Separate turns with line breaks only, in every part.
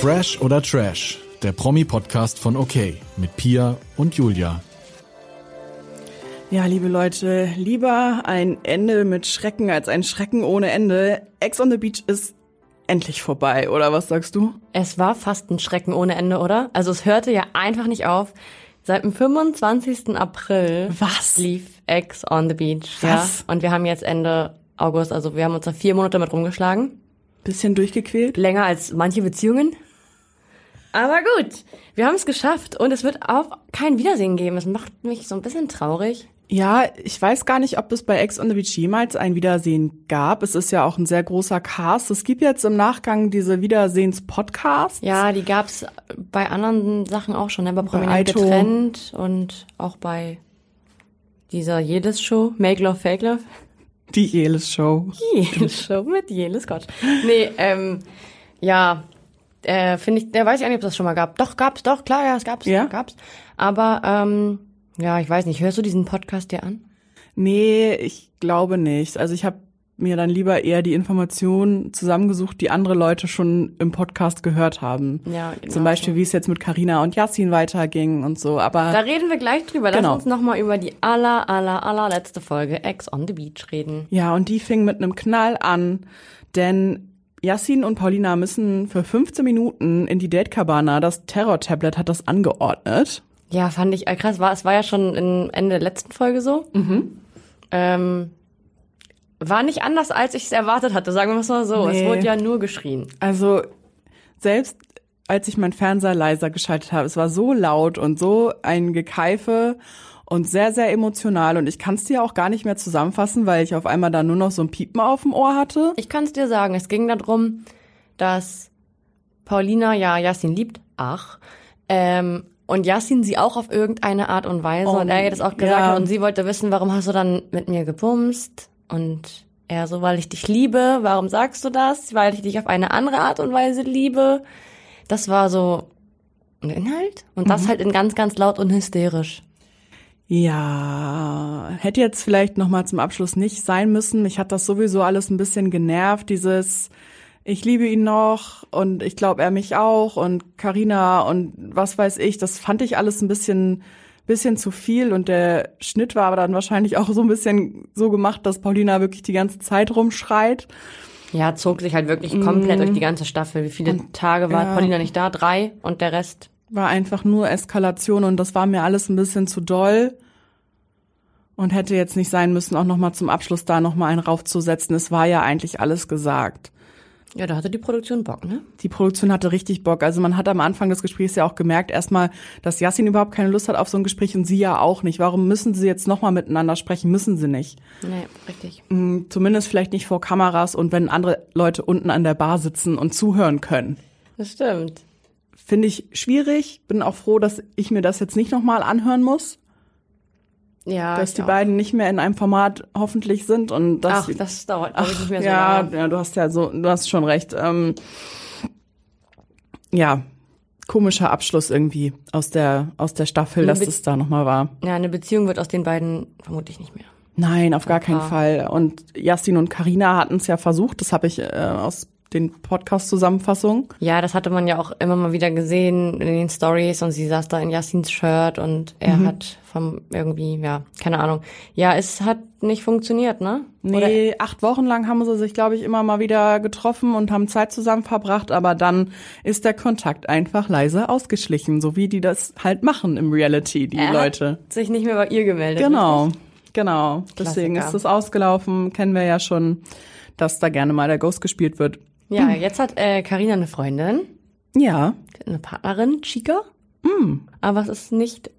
Fresh oder Trash, der Promi-Podcast von OK mit Pia und Julia.
Ja, liebe Leute, lieber ein Ende mit Schrecken als ein Schrecken ohne Ende. Ex on the Beach ist endlich vorbei, oder was sagst du?
Es war fast ein Schrecken ohne Ende, oder? Also es hörte ja einfach nicht auf. Seit dem 25. April
Was?
lief Ex on the Beach.
Was?
Ja? Und wir haben jetzt Ende August, also wir haben uns da vier Monate damit rumgeschlagen.
Bisschen durchgequält?
Länger als manche Beziehungen. Aber gut, wir haben es geschafft und es wird auch kein Wiedersehen geben. Das macht mich so ein bisschen traurig.
Ja, ich weiß gar nicht, ob es bei Ex on the Beach jemals ein Wiedersehen gab. Es ist ja auch ein sehr großer Cast. Es gibt jetzt im Nachgang diese Wiedersehens-Podcasts.
Ja, die gab's bei anderen Sachen auch schon, ne? bei Prominent
Aito.
getrennt und auch bei dieser Jedes-Show, Make Love, Fake Love.
Die Jelis-Show.
Jelis Show mit Jelis Gott. Nee, ähm, ja, äh, finde ich, der weiß ich auch nicht, ob das schon mal gab. Doch, gab's, doch, klar, ja, es gab's,
Ja?
gab's. Aber, ähm, ja, ich weiß nicht, hörst du diesen Podcast dir an?
Nee, ich glaube nicht. Also ich habe mir dann lieber eher die Informationen zusammengesucht, die andere Leute schon im Podcast gehört haben.
Ja, genau
Zum Beispiel, wie es jetzt mit Carina und Yassin weiterging und so. Aber
Da reden wir gleich drüber. Lass
Genau.
uns nochmal über die aller, aller, allerletzte Folge Ex on the Beach reden.
ja, und die fing mit einem Knall an, denn Yassin und Paulina müssen für 15 Minuten in die Date Cabana. Das Terror-Tablet hat das angeordnet.
Ja, fand ich äh, krass. War, es war ja schon in Ende der letzten Folge so. Mhm. Ähm, war nicht anders, als ich es erwartet hatte, sagen wir es mal so.
Nee.
Es wurde ja nur geschrien.
Also selbst als ich meinen Fernseher leiser geschaltet habe, es war so laut und so ein Gekeife und sehr, sehr emotional. Und ich kann es dir auch gar nicht mehr zusammenfassen, weil ich auf einmal da nur noch so ein Piepen auf dem Ohr hatte.
Ich kann es dir sagen, es ging darum, dass Paulina ja Yassin liebt, ach, ähm, und Yassin sie auch auf irgendeine Art und Weise,
Oh,
und er ihr das auch gesagt
ja.
hat, und sie wollte wissen, warum hast du dann mit mir gebumst? Und er so, weil ich dich liebe, warum sagst du das? Weil ich dich auf eine andere Art und Weise liebe. Das war so ein Inhalt und das halt in ganz, ganz laut und hysterisch.
Ja, hätte jetzt vielleicht nochmal zum Abschluss nicht sein müssen. Mich hat das sowieso alles ein bisschen genervt, dieses ich liebe ihn noch und ich glaube er mich auch und Carina und was weiß ich, das fand ich alles ein bisschen bisschen zu viel und der Schnitt war aber dann wahrscheinlich auch so ein bisschen so gemacht, dass Paulina wirklich die ganze Zeit rumschreit.
Ja, zog sich halt wirklich komplett durch die ganze Staffel. Wie viele Tage war
ja.
Paulina nicht da? Drei und der Rest
War einfach nur Eskalation und das war mir alles ein bisschen zu doll. Und hätte jetzt nicht sein müssen, auch nochmal zum Abschluss da nochmal einen raufzusetzen. Es war ja eigentlich alles gesagt.
Ja, da hatte die Produktion Bock, ne?
Die Produktion hatte richtig Bock. Also man hat am Anfang des Gesprächs ja auch gemerkt, erstmal, dass Yassin überhaupt keine Lust hat auf so ein Gespräch und sie ja auch nicht. Warum müssen sie jetzt nochmal miteinander sprechen? Müssen sie nicht.
Nee, richtig.
Hm, Zumindest vielleicht nicht vor Kameras und wenn andere Leute unten an der Bar sitzen und zuhören können.
Das stimmt.
Finde ich schwierig. Bin auch froh, dass ich mir das jetzt nicht nochmal anhören muss.
Ja,
dass
ich
die
auch.
beiden nicht mehr in einem Format hoffentlich sind und dass
Ach, das dauert glaube ich nicht mehr so
ja,
lange.
ja, du hast ja so, du hast schon recht. Ähm, ja, komischer Abschluss irgendwie aus der aus der Staffel, dass
Mit-
es da nochmal war.
Ja, eine Beziehung wird aus den beiden vermutlich nicht mehr.
Nein, auf gar keinen
Ah.
Fall. Und Yassin und Karina hatten es ja versucht. Das habe ich äh, aus den Podcast-Zusammenfassungen.
Ja, das hatte man ja auch immer mal wieder gesehen in den Stories und sie saß da in Yassins Shirt und er hat vom irgendwie, ja, keine Ahnung. Ja, es hat nicht funktioniert, ne? Oder,
Nee, acht Wochen lang haben sie sich, glaube ich, immer mal wieder getroffen und haben Zeit zusammen verbracht, aber dann ist der Kontakt einfach leise ausgeschlichen, so wie die das halt machen im Reality, die
er
Leute.
Hat sich nicht mehr bei ihr gemeldet. ne?
Genau, genau. Deswegen
Klassiker.
ist es ausgelaufen, kennen wir ja schon, dass da gerne mal der Ghost gespielt wird.
Ja, jetzt hat äh, Carina eine Freundin,
Ja,
eine Partnerin, Chica. Aber es ist nicht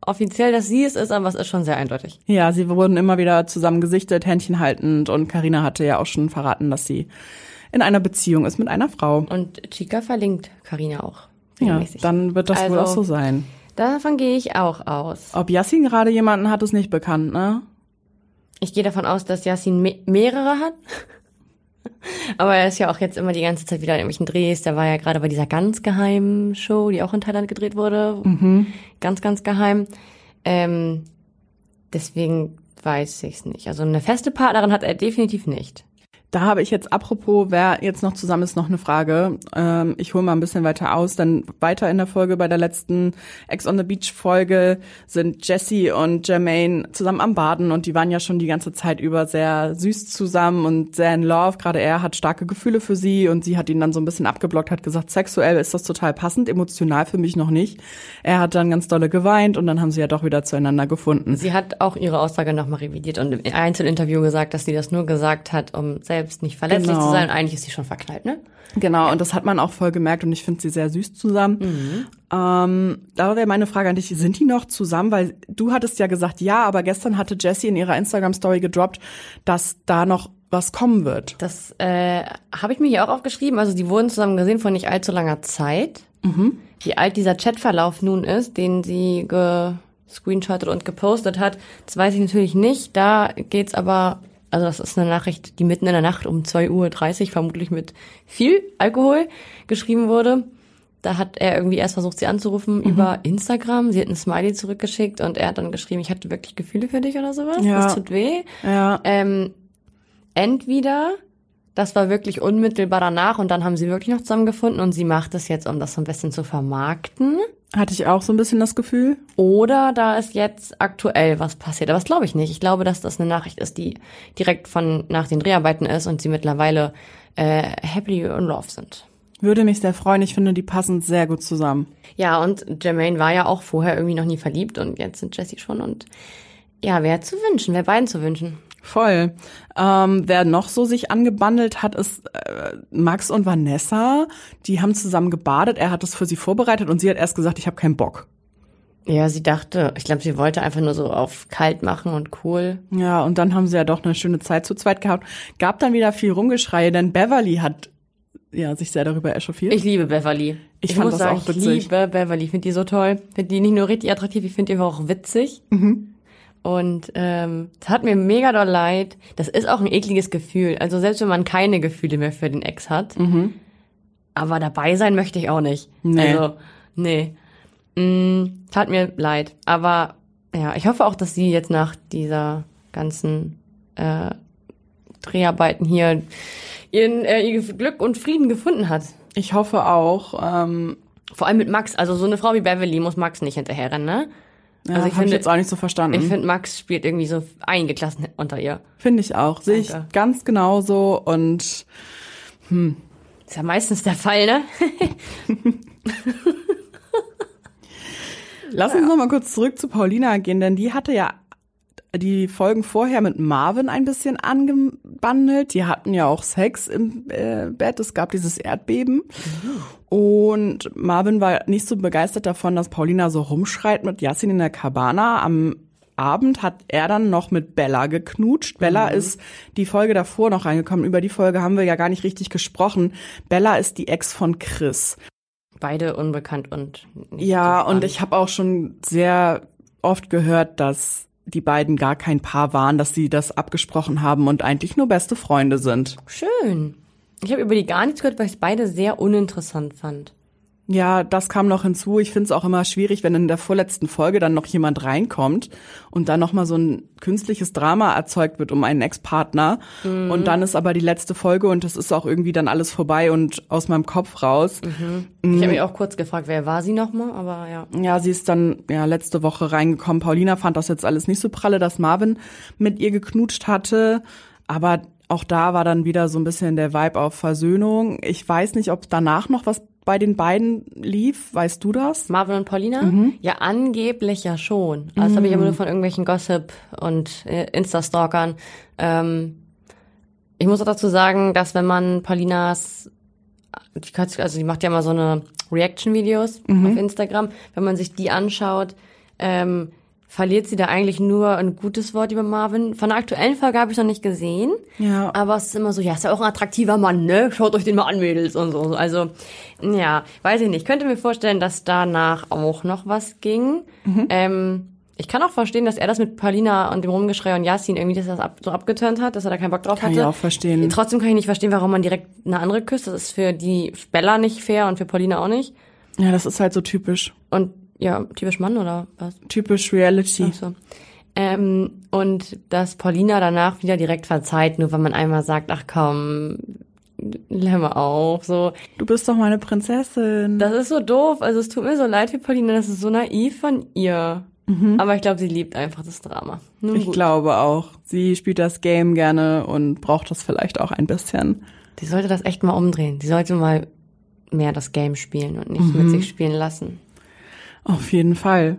offiziell, dass sie es ist, aber es ist schon sehr eindeutig.
ja, sie wurden immer wieder zusammen gesichtet, Händchen haltend und Karina hatte ja auch schon verraten, dass sie in einer Beziehung ist mit einer Frau.
Und Chica verlinkt Karina auch.
Ja,
regelmäßig.
dann wird das wohl auch so
Also-
sein.
Davon gehe ich auch aus.
Ob Yassin gerade jemanden hat, ist nicht bekannt, ne?
Ich gehe davon aus, dass Yasin me mehrere hat. Aber er ist ja auch jetzt immer die ganze Zeit wieder in irgendwelchen Drehs. Der war ja gerade bei dieser ganz geheimen Show, die auch in Thailand gedreht wurde.
Mhm.
Ganz, ganz geheim. Ähm, deswegen weiß ich es nicht. Also eine feste Partnerin hat er definitiv nicht.
Da habe ich jetzt, apropos, wer jetzt noch zusammen ist, noch eine Frage. Ähm, ich hole mal ein bisschen weiter aus. Dann weiter in der Folge bei der letzten Ex on the Beach Folge sind Jesse und Jermaine zusammen am Baden und die waren ja schon die ganze Zeit über sehr süß zusammen und sehr in Love. Gerade er hat starke Gefühle für sie und sie hat ihn dann so ein bisschen abgeblockt, hat gesagt, sexuell ist das total passend, emotional für mich noch nicht. Er hat dann ganz dolle geweint und dann haben sie ja doch wieder zueinander gefunden.
Sie hat auch ihre Aussage nochmal revidiert und im Einzelinterview gesagt, dass sie das nur gesagt hat, um selbst nicht verletzlich
Genau.
zu sein. Und eigentlich ist sie schon verknallt, ne?
Genau, und das hat man auch voll gemerkt und ich finde sie sehr süß zusammen. Ähm, da wäre meine Frage an dich, sind die noch zusammen? Weil du hattest ja gesagt, ja, aber gestern hatte Jessie in ihrer Instagram-Story gedroppt, dass da noch was kommen wird.
Das äh, habe ich mir hier auch aufgeschrieben. Also die wurden zusammen gesehen vor nicht allzu langer Zeit. Wie alt dieser Chatverlauf nun ist, den sie gescreenshottet und gepostet hat, das weiß ich natürlich nicht. Da geht's aber, also das ist eine Nachricht, die mitten in der Nacht um 2.30 Uhr vermutlich mit viel Alkohol geschrieben wurde. Da hat er irgendwie erst versucht, sie anzurufen über Instagram. Sie hat einen Smiley zurückgeschickt und er hat dann geschrieben, ich hatte wirklich Gefühle für dich oder sowas.
Ja.
Das tut weh.
Ja,
Ähm, entweder das war wirklich unmittelbar danach und dann haben sie wirklich noch zusammengefunden und sie macht es jetzt, um das so ein bisschen zu vermarkten.
hatte ich auch so ein bisschen das Gefühl.
Oder da ist jetzt aktuell was passiert. Aber das glaube ich nicht. Ich glaube, dass das eine Nachricht ist, die direkt von nach den Dreharbeiten ist und sie mittlerweile äh, happy in love sind.
Würde mich sehr freuen, ich finde, die passen sehr gut zusammen.
Ja, und Jermaine war ja auch vorher irgendwie noch nie verliebt und jetzt sind Jessie schon und ja, wer zu wünschen, wer beiden zu wünschen.
Voll. Ähm, wer noch so sich angebandelt hat, ist äh, Max und Vanessa. Die haben zusammen gebadet, er hat das für sie vorbereitet und sie hat erst gesagt, ich habe keinen Bock.
Ja, sie dachte, ich glaube, sie wollte einfach nur so auf kalt machen und cool.
Ja, und dann haben sie ja doch eine schöne Zeit zu zweit gehabt. Gab dann wieder viel Rumgeschreie, denn Beverly hat ja sich sehr darüber echauffiert.
Ich liebe Beverly.
Ich fand das auch witzig.
Ich liebe Beverly. Ich finde die so toll. Ich finde die nicht nur richtig attraktiv, ich finde die auch witzig.
Mhm.
Und ähm, das hat mir mega doll leid. Das ist auch ein ekliges Gefühl. Also selbst wenn man keine Gefühle mehr für den Ex hat. Aber dabei sein möchte ich auch nicht.
Mhm. Nee.
Also, nee. Mm, tat mir leid. Aber ja, ich hoffe auch, dass sie jetzt nach dieser ganzen äh, Dreharbeiten hier ihren, äh, ihr Glück und Frieden gefunden hat.
Ich hoffe auch. Ähm,
Vor allem mit Max, also so eine Frau wie Beverly muss Max nicht hinterherrennen, ne?
ja,
Also
also ich
ich
habe ich
finde-
jetzt auch nicht so verstanden.
Ich finde, Max spielt irgendwie so einige Klassen unter ihr.
Finde ich auch. Sehe ich
Danke.
ganz genauso. Und
Ist ja meistens der Fall, ne?
lass uns noch mal kurz zurück zu Paulina gehen, denn die hatte ja die Folgen vorher mit Marvin ein bisschen angebandelt. Die hatten ja auch Sex im äh, Bett. Es gab dieses Erdbeben. Und Marvin war nicht so begeistert davon, dass Paulina so rumschreit mit Yassin in der Cabana. Am Abend hat er dann noch mit Bella geknutscht. Bella ist die Folge davor noch reingekommen. Über die Folge haben wir ja gar nicht richtig gesprochen. Bella ist die Ex von Chris.
Beide unbekannt und. nicht
Ja,
so
und
spannend.
ich habe auch schon sehr oft gehört, dass die beiden gar kein Paar waren, dass sie das abgesprochen haben und eigentlich nur beste Freunde sind.
Schön. Ich habe über die gar nichts gehört, weil ich es beide sehr uninteressant fand.
Ja, das kam noch hinzu. Ich find's auch immer schwierig, wenn in der vorletzten Folge dann noch jemand reinkommt und dann nochmal so ein künstliches Drama erzeugt wird um einen Ex-Partner. Und dann ist aber die letzte Folge und das ist auch irgendwie dann alles vorbei und aus meinem Kopf raus.
Ich
Mhm.
habe mich auch kurz gefragt, wer war sie nochmal, aber ja.
Ja, sie ist dann ja letzte Woche reingekommen. Paulina fand das jetzt alles nicht so pralle, dass Marvin mit ihr geknutscht hatte, aber auch da war dann wieder so ein bisschen der Vibe auf Versöhnung. Ich weiß nicht, ob danach noch was bei den beiden lief. Weißt du das?
Marvin und Paulina? Ja, angeblich ja schon. Also Das habe ich immer nur von irgendwelchen Gossip und äh, Insta-Stalkern. Ähm, ich muss auch dazu sagen, dass wenn man Paulinas, die hat- also die macht ja immer so eine Reaction-Videos auf Instagram, wenn man sich die anschaut, ähm, verliert sie da eigentlich nur ein gutes Wort über Marvin. Von der aktuellen Folge habe ich noch nicht gesehen.
Ja.
Aber es ist immer so, ja, ist ja auch ein attraktiver Mann, ne? Schaut euch den mal an, Mädels und so. Also, ja, weiß ich nicht. Ich könnte mir vorstellen, dass danach auch noch was ging.
Mhm.
Ähm, ich kann auch verstehen, dass er das mit Paulina und dem Rumgeschrei und Yassin irgendwie dass er das ab, so abgeturnt hat, dass er da keinen Bock drauf
Kann
hatte.
ich auch verstehen.
Trotzdem kann ich nicht verstehen, warum man direkt eine andere küsst. Das ist für die Bella nicht fair und für Paulina auch nicht.
Ja, das ist halt so typisch.
Und ja, typisch Mann oder was?
Typisch Reality.
Ach so. Ähm, und dass Paulina danach wieder direkt verzeiht, nur wenn man einmal sagt, ach komm, hör mal auf, so.
Du bist doch meine Prinzessin.
Das ist so doof. Also es tut mir so leid für Paulina, das ist so naiv von ihr. Aber ich glaube, sie liebt einfach das Drama. Nun
Mhm. ich
gut.
glaube auch. Sie spielt das Game gerne und braucht das vielleicht auch ein bisschen.
Sie sollte das echt mal umdrehen. Sie sollte mal mehr das Game spielen und nicht
Mhm.
mit sich spielen lassen.
Auf jeden Fall.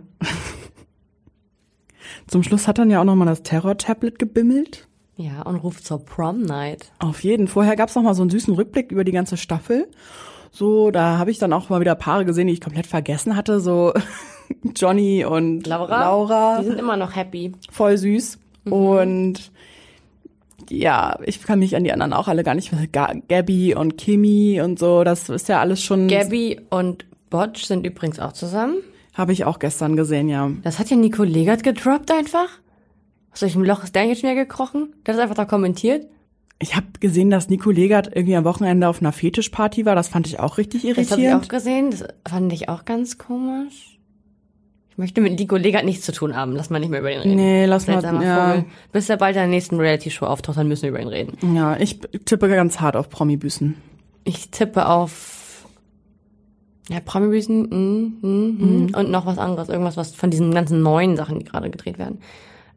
Zum Schluss hat dann ja auch nochmal das Terror-Tablet gebimmelt.
Ja, und ruft zur Prom Night.
Auf jeden. Vorher gab's noch mal so einen süßen Rückblick über die ganze Staffel. So, da habe ich dann auch mal wieder Paare gesehen, die ich komplett vergessen hatte. So Johnny und
Laura, Mhm.
Laura.
die sind immer noch happy.
voll süß. Und ja, ich kann mich an die anderen auch alle gar nicht mehr. Ga- Gabby und Kimi und so, das ist ja alles schon.
Gabby und Botch sind übrigens auch zusammen.
Habe ich auch gestern gesehen, ja.
Das hat ja Nico Legert gedroppt einfach. Aus welchem Loch ist der jetzt schnell gekrochen? Der hat das einfach da kommentiert.
Ich habe gesehen, dass Nico Legert irgendwie am Wochenende auf einer Fetischparty war. Das fand ich auch richtig
Das habe ich auch
irritierend.
gesehen. Das fand ich auch ganz komisch. Ich möchte mit Nico Legert nichts zu tun haben. Lass mal nicht mehr über ihn reden.
Nee, lass mal-
Seltsamer
ja.
Vogel. Bis er bald in der nächsten Reality-Show auftaucht, dann müssen wir über ihn reden.
ja, ich tippe ganz hart auf Promi-Büßen.
Ich tippe auf ja, Promibüsen mm, mm,
Mhm.
mm, und noch was anderes. Irgendwas, was von diesen ganzen neuen Sachen, die gerade gedreht werden.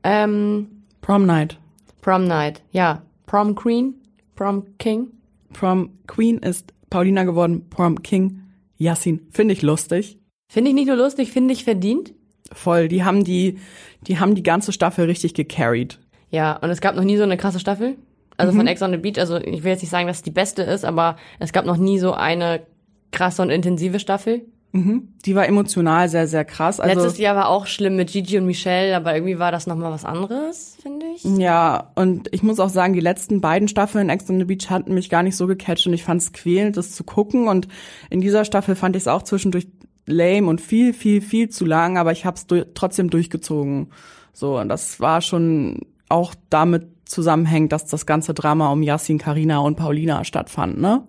Ähm,
Prom Night.
Prom Night, ja. Prom Queen, Prom King.
Prom Queen ist Paulina geworden. Prom King Yassin. Finde ich lustig.
Finde ich nicht nur lustig, finde ich verdient.
Voll. Die haben die, die haben die ganze Staffel richtig gecarried.
Ja, und es gab noch nie so eine krasse Staffel. Also von Ex on the Beach, also ich will jetzt nicht sagen, dass es die beste ist, aber es gab noch nie so eine krasse und intensive Staffel.
Die war emotional sehr, sehr krass. Also,
Letztes Jahr war auch schlimm mit Gigi und Michelle, aber irgendwie war das nochmal was anderes, finde ich.
Ja, und ich muss auch sagen, die letzten beiden Staffeln Ex on the Beach hatten mich gar nicht so gecatcht und ich fand es quälend, das zu gucken. Und in dieser Staffel fand ich es auch zwischendurch lame und viel, viel, viel zu lang, aber ich habe es du trotzdem durchgezogen. So, und das war schon auch damit zusammenhängend, dass das ganze Drama um Yassin, Karina und Paulina stattfand, ne?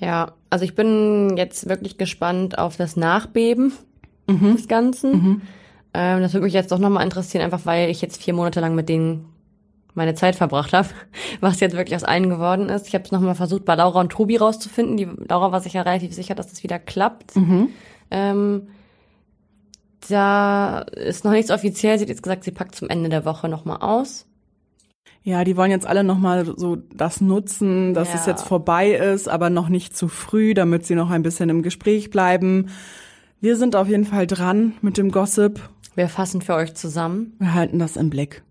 Ja, also ich bin jetzt wirklich gespannt auf das Nachbeben
Mhm.
des Ganzen. Ähm, das würde mich jetzt doch nochmal interessieren, einfach weil ich jetzt vier Monate lang mit denen meine Zeit verbracht habe, was jetzt wirklich aus allen geworden ist. Ich habe es nochmal versucht, bei Laura und Tobi rauszufinden. Die Laura war sich ja relativ sicher, dass das wieder klappt.
Mhm.
Ähm, da ist noch nichts offiziell. Sie hat jetzt gesagt, sie packt zum Ende der Woche nochmal aus.
Ja, die wollen jetzt alle nochmal so das nutzen, dass es
Ja.
jetzt vorbei ist, aber noch nicht zu früh, damit sie noch ein bisschen im Gespräch bleiben. Wir sind auf jeden Fall dran mit dem Gossip.
Wir fassen für euch zusammen.
Wir halten das im Blick.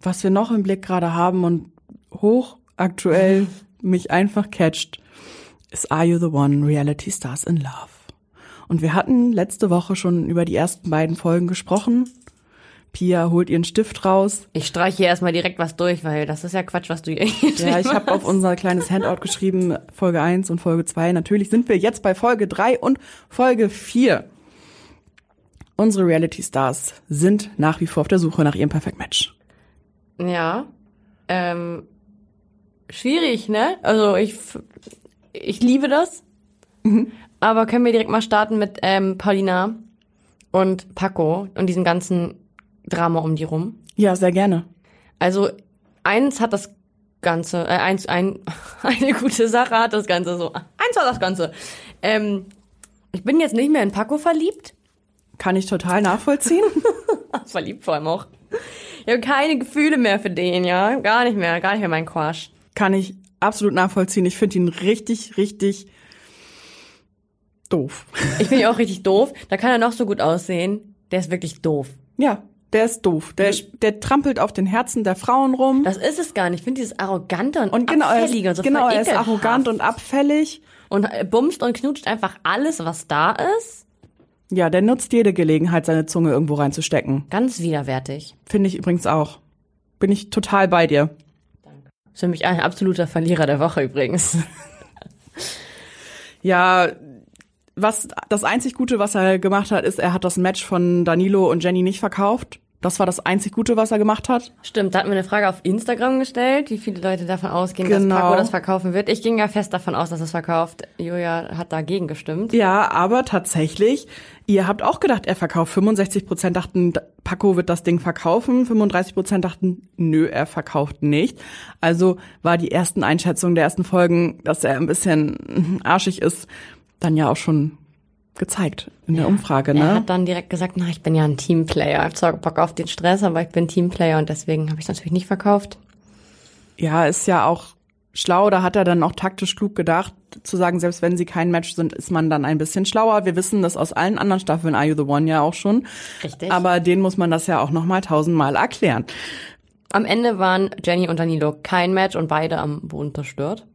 Was wir noch im Blick gerade haben und hoch aktuell mich einfach catcht, ist Are You the One? Reality Stars in Love. Und wir hatten letzte Woche schon über die ersten beiden Folgen gesprochen. Pia holt ihren Stift raus,
Ich streiche hier erstmal direkt was durch, weil das ist ja Quatsch, was du hier
Ja, ich habe auf unser kleines Handout geschrieben, Folge 1 und Folge 2. Natürlich sind wir jetzt bei Folge 3 und Folge 4. Unsere Reality Stars sind nach wie vor auf der Suche nach ihrem Perfect Match.
Ja. Ähm, schwierig, ne? Also ich, f- ich liebe das. Aber können wir direkt mal starten mit ähm, Paulina und Paco und diesem ganzen Drama um die rum.
Ja, sehr gerne.
Also eins hat das Ganze, äh, eins, ein, eine gute Sache hat das Ganze so. Eins hat das Ganze. Ähm, ich bin jetzt nicht mehr in Paco verliebt.
Kann ich total nachvollziehen.
Verliebt vor allem auch. Ich habe keine Gefühle mehr für den, ja. Gar nicht mehr, gar nicht mehr mein Quatsch.
Kann ich absolut nachvollziehen. Ich finde ihn richtig, richtig doof.
Ich finde ihn auch richtig doof. Da kann er noch so gut aussehen. Der ist wirklich doof.
Ja, Mhm. der ist doof. Der, der trampelt auf den Herzen der Frauen rum.
Das ist es gar nicht. Ich finde dieses Arrogante und,
Und genau, er ist,
Abfällige und so
genau,
voll
er ist
ekelhaft.
arrogant und abfällig.
Und äh, bumst und knutscht einfach alles, was da ist.
Ja, der nutzt jede Gelegenheit, seine Zunge irgendwo reinzustecken.
Ganz widerwärtig.
Finde ich übrigens auch. Bin ich total bei dir.
Ist für mich ein absoluter Verlierer der Woche übrigens.
Ja, was das einzig Gute, was er gemacht hat, ist, er hat das Match von Danilo und Jenny nicht verkauft. Das war das einzig Gute, was er gemacht hat.
Stimmt, da hatten wir eine Frage auf Instagram gestellt, wie viele Leute davon ausgehen,
Genau.
dass Paco das verkaufen wird. Ich ging ja fest davon aus, dass es verkauft. Julia hat dagegen gestimmt.
Ja, aber tatsächlich, ihr habt auch gedacht, er verkauft. 65 Prozent dachten, D- Paco wird das Ding verkaufen. 35 Prozent dachten, nö, er verkauft nicht. Also war die ersten Einschätzung der ersten Folgen, dass er ein bisschen arschig ist, dann ja auch schon gezeigt in der Umfrage,
Er
ne?
hat dann direkt gesagt, na, ich bin ja ein Teamplayer. Ich habe Bock auf den Stress, aber ich bin Teamplayer und deswegen habe ich natürlich nicht verkauft.
Ja, ist ja auch schlau, da hat er dann auch taktisch klug gedacht, zu sagen, selbst wenn sie kein Match sind, ist man dann ein bisschen schlauer. Wir wissen das aus allen anderen Staffeln, Are You the One ja auch schon.
Richtig.
Aber denen muss man das ja auch nochmal tausendmal erklären.
Am Ende waren Jenny und Danilo kein Match und beide am Boden zerstört.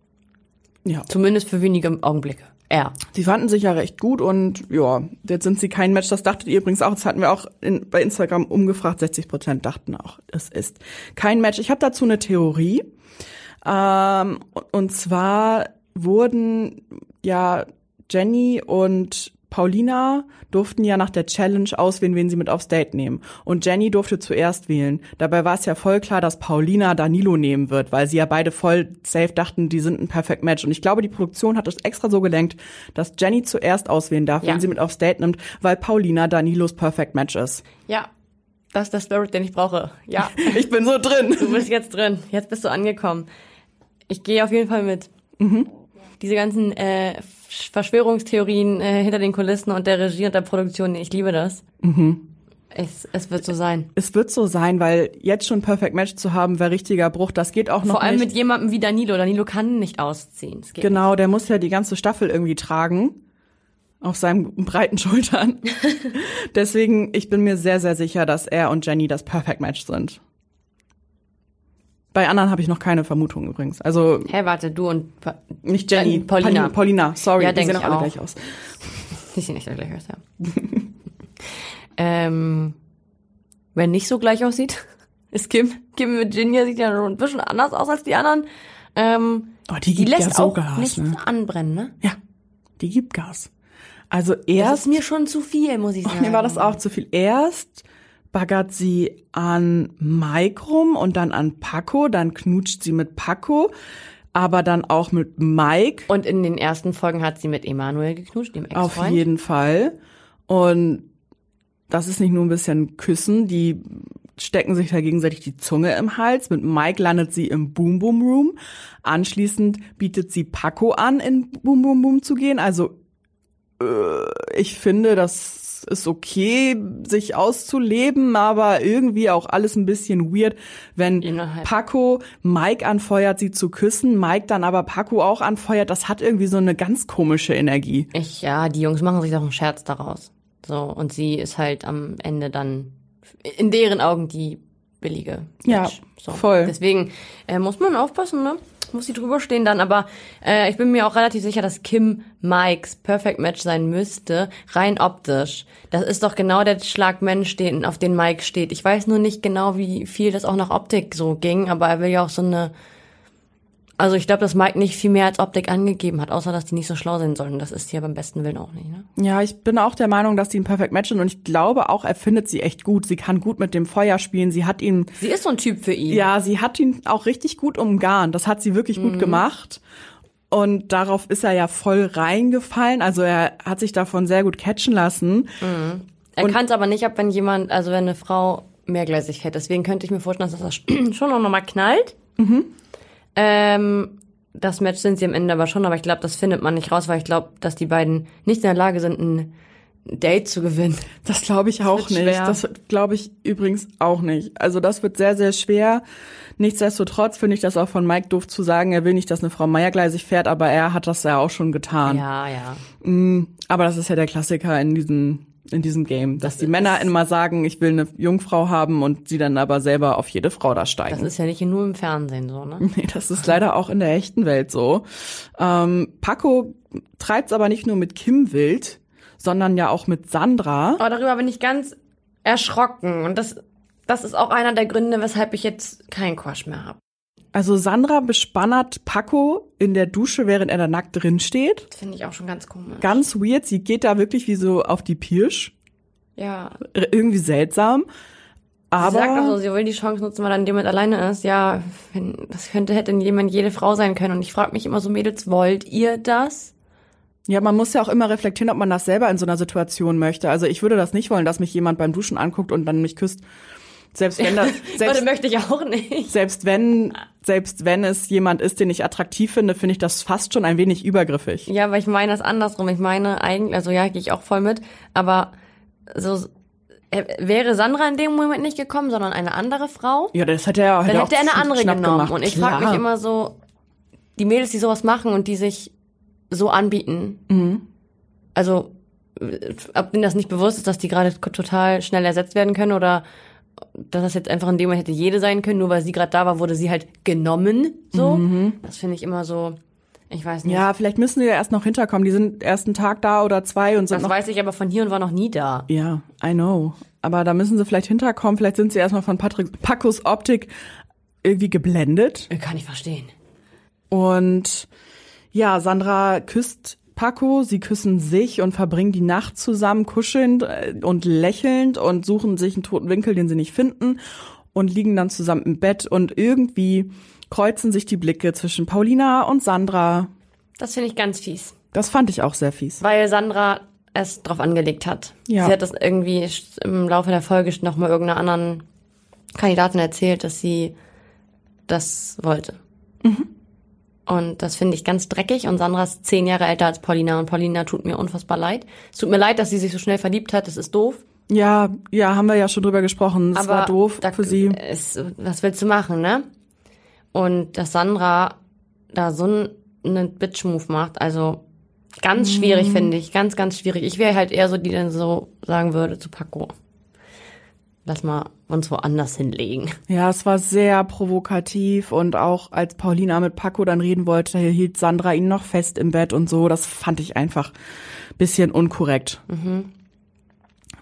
Ja.
Zumindest für wenige Augenblicke. Er.
Die fanden sich ja recht gut und ja, jetzt sind sie kein Match. Das dachtet ihr übrigens auch. Das hatten wir auch in, bei Instagram umgefragt. 60 Prozent dachten auch, es ist kein Match. Ich habe dazu eine Theorie. Ähm, und zwar wurden ja Jenny und Paulina durften ja nach der Challenge auswählen, wen sie mit aufs Date nehmen. Und Jenny durfte zuerst wählen. Dabei war es ja voll klar, dass Paulina Danilo nehmen wird, weil sie ja beide voll safe dachten, die sind ein perfect Match. Und ich glaube, die Produktion hat es extra so gelenkt, dass Jenny zuerst auswählen darf,
Ja.
wen sie mit aufs Date nimmt, weil Paulina Danilos perfect Match ist.
Ja. Das ist der Spirit, den ich brauche. Ja.
Ich bin so drin.
Du bist jetzt drin. Jetzt bist du angekommen. Ich gehe auf jeden Fall mit. Mhm. Diese ganzen äh, Verschwörungstheorien äh, hinter den Kulissen und der Regie und der Produktion, ich liebe das. Mhm. Es, es wird so sein.
Es wird so sein, weil jetzt schon perfect Match zu haben, wäre richtiger Bruch. Das geht auch noch
Vor allem
nicht.
mit jemandem wie Danilo. Danilo kann nicht ausziehen. Es geht
Genau, der muss ja die ganze Staffel irgendwie tragen. Auf seinen breiten Schultern. Deswegen, ich bin mir sehr, sehr sicher, dass er und Jenny das Perfect Match sind. Bei anderen habe ich noch keine Vermutung übrigens. Also
Hä, warte, du und Pa-
nicht Jenny,
Ähm, Paulina.
Paulina, Paulina sorry,
Ja,
die
denk
sehen
ich
alle
auch.
gleich aus.
Die sehen nicht alle gleich aus, ja. ähm, wenn nicht so gleich aussieht, ist Kim. Kim Virginia sieht ja schon ein bisschen anders aus als die anderen. Ähm,
Oh, die
die
gibt
lässt
ja so
auch
Gas,
nichts
ne?
anbrennen, ne?
Ja, die gibt Gas. Also
Das
erst
ist mir schon zu viel, muss ich sagen.
Oh, Mir war das auch zu viel. Erst baggert sie an Mike rum und dann an Paco, dann knutscht sie mit Paco, aber dann auch mit Mike
Und in den ersten Folgen hat sie mit Emanuel geknutscht, dem Ex-Freund.
auf jeden Fall. Und das ist nicht nur ein bisschen Küssen, die stecken sich da gegenseitig die Zunge im Hals. Mit Mike landet sie im Boom Boom Room. Anschließend bietet sie Paco an, in Boom Boom Boom zu gehen. Also äh, ich finde, das ist okay, sich auszuleben, aber irgendwie auch alles ein bisschen weird, wenn
Innerhalb.
Paco Mike anfeuert, sie zu küssen, Mike dann aber Paco auch anfeuert. Das hat irgendwie so eine ganz komische Energie.
Ich, ja, die Jungs machen sich doch einen Scherz daraus. So, und sie ist halt am Ende dann in deren Augen die billige.
Ja,
Bitch. so.
voll.
Deswegen äh, muss man aufpassen, ne? Muss sie drüber stehen dann, aber äh, ich bin mir auch relativ sicher, dass Kim Mikes Perfect Match sein müsste, rein optisch. Das ist doch genau der Schlag Mensch, den, auf den Mike steht. Ich weiß nur nicht genau, wie viel das auch nach Optik so ging, aber er will ja auch so eine also ich glaube, dass Mike nicht viel mehr als Optik angegeben hat, außer dass die nicht so schlau sein sollen. Das ist hier beim besten Willen auch nicht, ne?
Ja, ich bin auch der Meinung, dass sie ein Perfect Match sind und ich glaube auch, er findet sie echt gut. Sie kann gut mit dem Feuer spielen. Sie hat ihn,
Sie ist so ein Typ für ihn.
ja, sie hat ihn auch richtig gut umgarnt. Das hat sie wirklich
Mhm.
gut gemacht. Und darauf ist er ja voll reingefallen. Also er hat sich davon sehr gut catchen lassen.
er kann es aber nicht ab, wenn jemand, also wenn eine Frau mehrgleisig fährt. Deswegen könnte ich mir vorstellen, dass das schon auch nochmal knallt. Ähm, das Match sind sie am Ende aber schon, aber ich glaube, das findet man nicht raus, weil ich glaube, dass die beiden nicht in der Lage sind, ein Date zu gewinnen.
Das glaube ich auch
wird
nicht.
schwer.
Das glaube ich übrigens auch nicht. Also das wird sehr, sehr schwer. Nichtsdestotrotz finde ich das auch von Mike doof zu sagen. Er will nicht, dass eine Frau meiergleisig fährt, aber er hat das ja auch schon getan.
Ja, ja.
Aber das ist ja der Klassiker in diesem, in diesem Game, dass die Männer immer sagen, ich will eine Jungfrau haben und sie dann aber selber auf jede Frau da
Das
steigen.
ist ja nicht nur im Fernsehen so, ne?
nee, das ist leider auch in der echten Welt so. Ähm, Paco treibt's aber nicht nur mit Kim wild, sondern ja auch mit Sandra.
Aber darüber bin ich ganz erschrocken. Und das, das ist auch einer der Gründe, weshalb ich jetzt keinen Quatsch mehr habe.
Also Sandra bespannert Paco in der Dusche, während er da nackt drin steht.
Das finde ich auch schon ganz komisch.
Ganz weird, sie geht da wirklich wie so auf die Pirsch.
ja.
Ir- Irgendwie seltsam.
Sie
Aber
sagt also auch so, sie will die Chance nutzen, weil dann jemand alleine ist. Ja, wenn, das könnte, hätte jemand jede Frau sein können. Und ich frage mich immer so, Mädels, wollt ihr das?
Ja, man muss ja auch immer reflektieren, ob man das selber in so einer Situation möchte. Also ich würde das nicht wollen, dass mich jemand beim Duschen anguckt und dann mich küsst. Selbst wenn das,
Warte,
selbst,
möchte ich auch nicht.
selbst wenn, selbst wenn es jemand ist, den ich attraktiv finde, finde ich das fast schon ein wenig übergriffig.
Ja, aber ich meine das andersrum. Ich meine eigentlich, also ja, gehe ich auch voll mit, aber so äh, wäre Sandra in dem Moment nicht gekommen, sondern eine andere Frau,
Ja, das hat er, hat
dann
er auch
hätte er eine
schn-
andere
schnapp
genommen.
Gemacht.
Und ich frage mich
Klar.
immer so, die Mädels, die sowas machen und die sich so anbieten,
Mhm.
also äh, ob denen das nicht bewusst ist, dass die gerade k- total schnell ersetzt werden können oder dass das jetzt einfach in dem Moment hätte jede sein können, nur weil sie gerade da war, wurde sie halt genommen. So, das finde ich immer so. Ich weiß nicht.
Mhm. Ja, vielleicht müssen die ja erst noch hinterkommen. Die sind erst einen Tag da oder zwei und sind
Das
noch.
weiß ich aber von hier und war noch nie da.
Ja, I know. Aber da müssen sie vielleicht hinterkommen. Vielleicht sind sie erstmal von Patrick, Pacos Optik irgendwie geblendet.
Kann ich verstehen.
Und ja, Sandra küsst Paco, sie küssen sich und verbringen die Nacht zusammen, kuschelnd äh, und lächelnd und suchen sich einen toten Winkel, den sie nicht finden und liegen dann zusammen im Bett und irgendwie kreuzen sich die Blicke zwischen Paulina und Sandra.
Das finde ich ganz fies,
Das fand ich auch sehr fies.
weil Sandra es drauf angelegt hat.
Ja.
Sie hat das irgendwie sch- im Laufe der Folge nochmal irgendeiner anderen Kandidatin erzählt, dass sie das wollte. Und das finde ich ganz dreckig. Und Sandra ist zehn Jahre älter als Paulina. Und Paulina tut mir unfassbar leid. Es tut mir leid, dass sie sich so schnell verliebt hat. Das ist doof.
Ja, ja, haben wir ja schon drüber gesprochen. Das war doof
da- äh,
für sie.
Es, was willst du machen, ne? Und dass Sandra da so n- einen Bitch-Move macht, also ganz
Mhm.
schwierig, finde ich. Ganz, ganz schwierig. Ich wäre halt eher so, die dann so sagen würde zu Paco. Lass mal uns woanders hinlegen.
Ja, es war sehr provokativ und auch als Paulina mit Paco dann reden wollte, hielt Sandra ihn noch fest im Bett und so. Das fand ich einfach bisschen unkorrekt.
Mhm.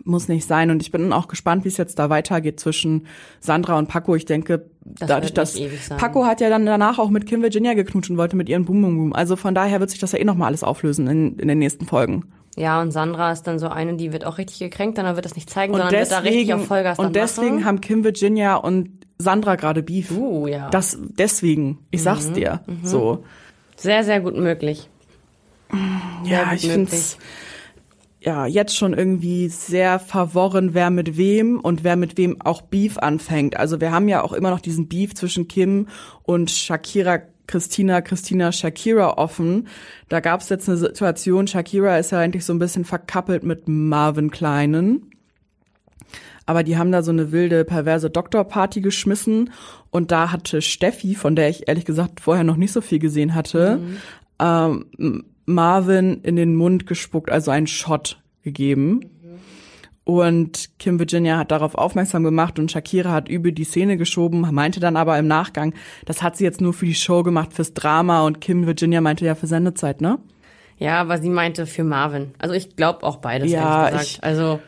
Muss nicht sein. Und ich bin auch gespannt, wie es jetzt da weitergeht zwischen Sandra und Paco. Ich denke,
Das
dadurch,
wird nicht
dass
ewig sein.
Paco hat ja dann danach auch mit Kim Virginia geknutscht und wollte mit ihren Boom Boom Boom. Also von daher wird sich das ja eh nochmal alles auflösen in, in den nächsten Folgen.
Ja, und Sandra ist dann so eine, die wird auch richtig gekränkt, dann wird das nicht zeigen,
Und
sondern wird da richtig
deswegen,
auf Vollgas dann
und deswegen
machen.
haben Kim Virginia und Sandra gerade Beef.
Uh, ja.
Das deswegen, ich sag's dir. So.
Sehr, sehr gut möglich.
Ja,
gut
ich find's ja jetzt schon irgendwie sehr verworren, wer mit wem und wer mit wem auch Beef anfängt. Also wir haben ja auch immer noch diesen Beef zwischen Kim und Shakira. Christina, Christina, Shakira offen. Da gab's jetzt eine Situation, Shakira ist ja eigentlich so ein bisschen verkappelt mit Marvin Kleinen. Aber die haben da so eine wilde, perverse Doktorparty geschmissen. Und da hatte Steffi, von der ich ehrlich gesagt vorher noch nicht so viel gesehen hatte, ähm, Marvin in den Mund gespuckt, also einen Shot gegeben. Und Kim Virginia hat darauf aufmerksam gemacht und Shakira hat übel die Szene geschoben, meinte dann aber im Nachgang, das hat sie jetzt nur für die Show gemacht, fürs Drama und Kim Virginia meinte ja für Sendezeit, ne?
Ja, aber sie meinte für Marvin. Also ich glaube auch beides,
Ja,
ehrlich gesagt.
ich-
also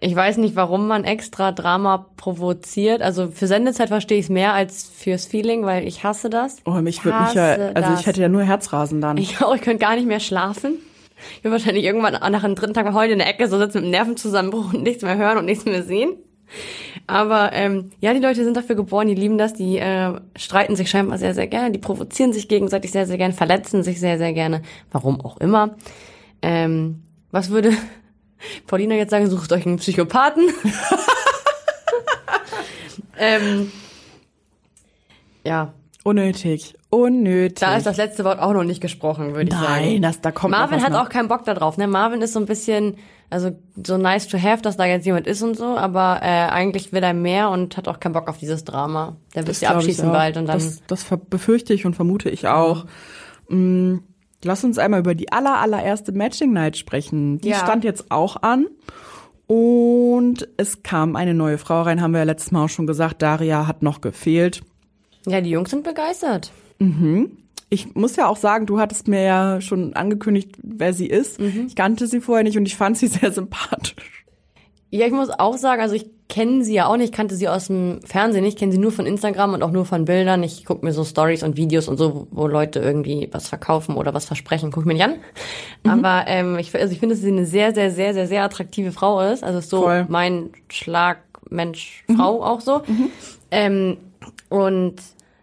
ich weiß nicht, warum man extra Drama provoziert. Also für Sendezeit verstehe ich es mehr als fürs Feeling, weil ich hasse das.
Oh, mich würde mich ja,
hasse
also
das.
ich hätte ja nur Herzrasen dann.
Ich auch, ich könnte gar nicht mehr schlafen. Ich würde wahrscheinlich irgendwann auch nach dem dritten Tag heute in der Ecke so sitzen mit einem Nervenzusammenbruch und nichts mehr hören und nichts mehr sehen. Aber ähm, ja, die Leute sind dafür geboren, die lieben das, die äh, streiten sich scheinbar sehr, sehr gerne, die provozieren sich gegenseitig sehr, sehr gerne, verletzen sich sehr, sehr gerne, warum auch immer. Ähm, was würde Paulina jetzt sagen, sucht euch einen Psychopathen? ähm, ja,
Unnötig. Unnötig.
da ist das letzte Wort auch noch nicht gesprochen, würde ich sagen.
Nein, das, da kommt noch
Marvin
was
hat
nach.
auch keinen Bock darauf. Ne? Marvin ist so ein bisschen, also so nice to have, dass da jetzt jemand ist und so, aber äh, eigentlich will er mehr und hat auch keinen Bock auf dieses Drama. Der wird
Das
sie
glaub ich
abschießen
auch.
bald und dann.
Das, das ver- befürchte ich und vermute ich auch. Mm, Lass uns einmal über die aller, allererste Matching Night sprechen. Die
Ja.
stand jetzt auch an. Und es kam eine neue Frau rein, haben wir ja letztes Mal auch schon gesagt. Daria hat noch gefehlt.
ja, die Jungs sind begeistert.
Ich muss ja auch sagen, du hattest mir ja schon angekündigt, wer sie ist.
Mhm.
Ich kannte sie vorher nicht und ich fand sie sehr sympathisch.
Ja, ich muss auch sagen, also ich kenne sie ja auch nicht, kannte sie aus dem Fernsehen nicht, kenne sie nur von Instagram und auch nur von Bildern. Ich gucke mir so Stories und Videos und so, wo Leute irgendwie was verkaufen oder was versprechen, gucke ich mir nicht an. Aber ähm, ich, also ich finde, dass sie eine sehr, sehr, sehr, sehr, sehr attraktive Frau ist. Also ist so
Voll.
mein Schlag Mensch, Frau auch so. Ähm, und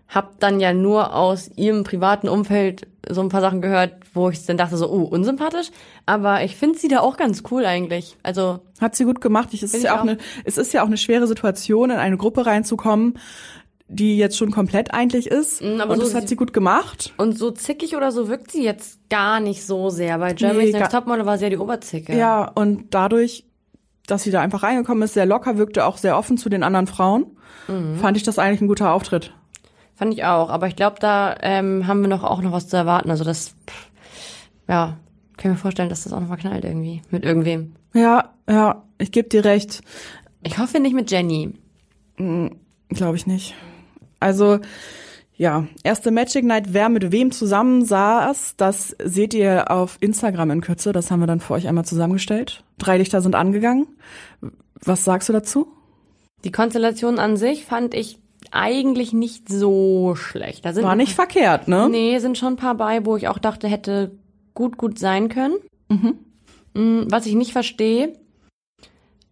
hab dann ja nur aus ihrem privaten Umfeld so ein paar Sachen gehört, wo ich dann dachte so, oh, unsympathisch. Aber ich finde sie da auch ganz cool eigentlich. Also
Hat sie gut gemacht. Ich, es,
Bin
ist
ich
ja auch
auch.
Eine, es ist ja auch eine schwere Situation, in eine Gruppe reinzukommen, die jetzt schon komplett eigentlich ist.
Mm, aber
und
so
das
sie-
hat sie gut gemacht.
und so zickig oder so wirkt sie jetzt gar nicht so sehr. Bei Germany's
Nee,
Next
gar-
Topmodel war sie ja die Oberzicke.
Ja. und dadurch, dass sie da einfach reingekommen ist, sehr locker wirkte, auch sehr offen zu den anderen Frauen,
Mhm.
fand ich das eigentlich ein guter Auftritt.
Fand ich auch. Aber ich glaube, da ähm, haben wir noch auch noch was zu erwarten. Also das, pff, ja, kann ich mir vorstellen, dass das auch noch mal knallt irgendwie. Mit irgendwem.
Ja, ja, ich geb dir recht.
Ich hoffe nicht mit Jenny.
Glaube ich nicht. Also, ja, erste Magic Night, wer mit wem zusammen saß, das seht ihr auf Instagram in Kürze. Das haben wir dann für euch einmal zusammengestellt. Drei Lichter sind angegangen. Was sagst du dazu?
Die Konstellation an sich fand ich eigentlich nicht so schlecht. Da sind
War nicht verkehrt, ne?
Nee, sind schon ein paar bei, wo ich auch dachte, hätte gut, gut sein können.
Mhm.
Mm, Was ich nicht verstehe,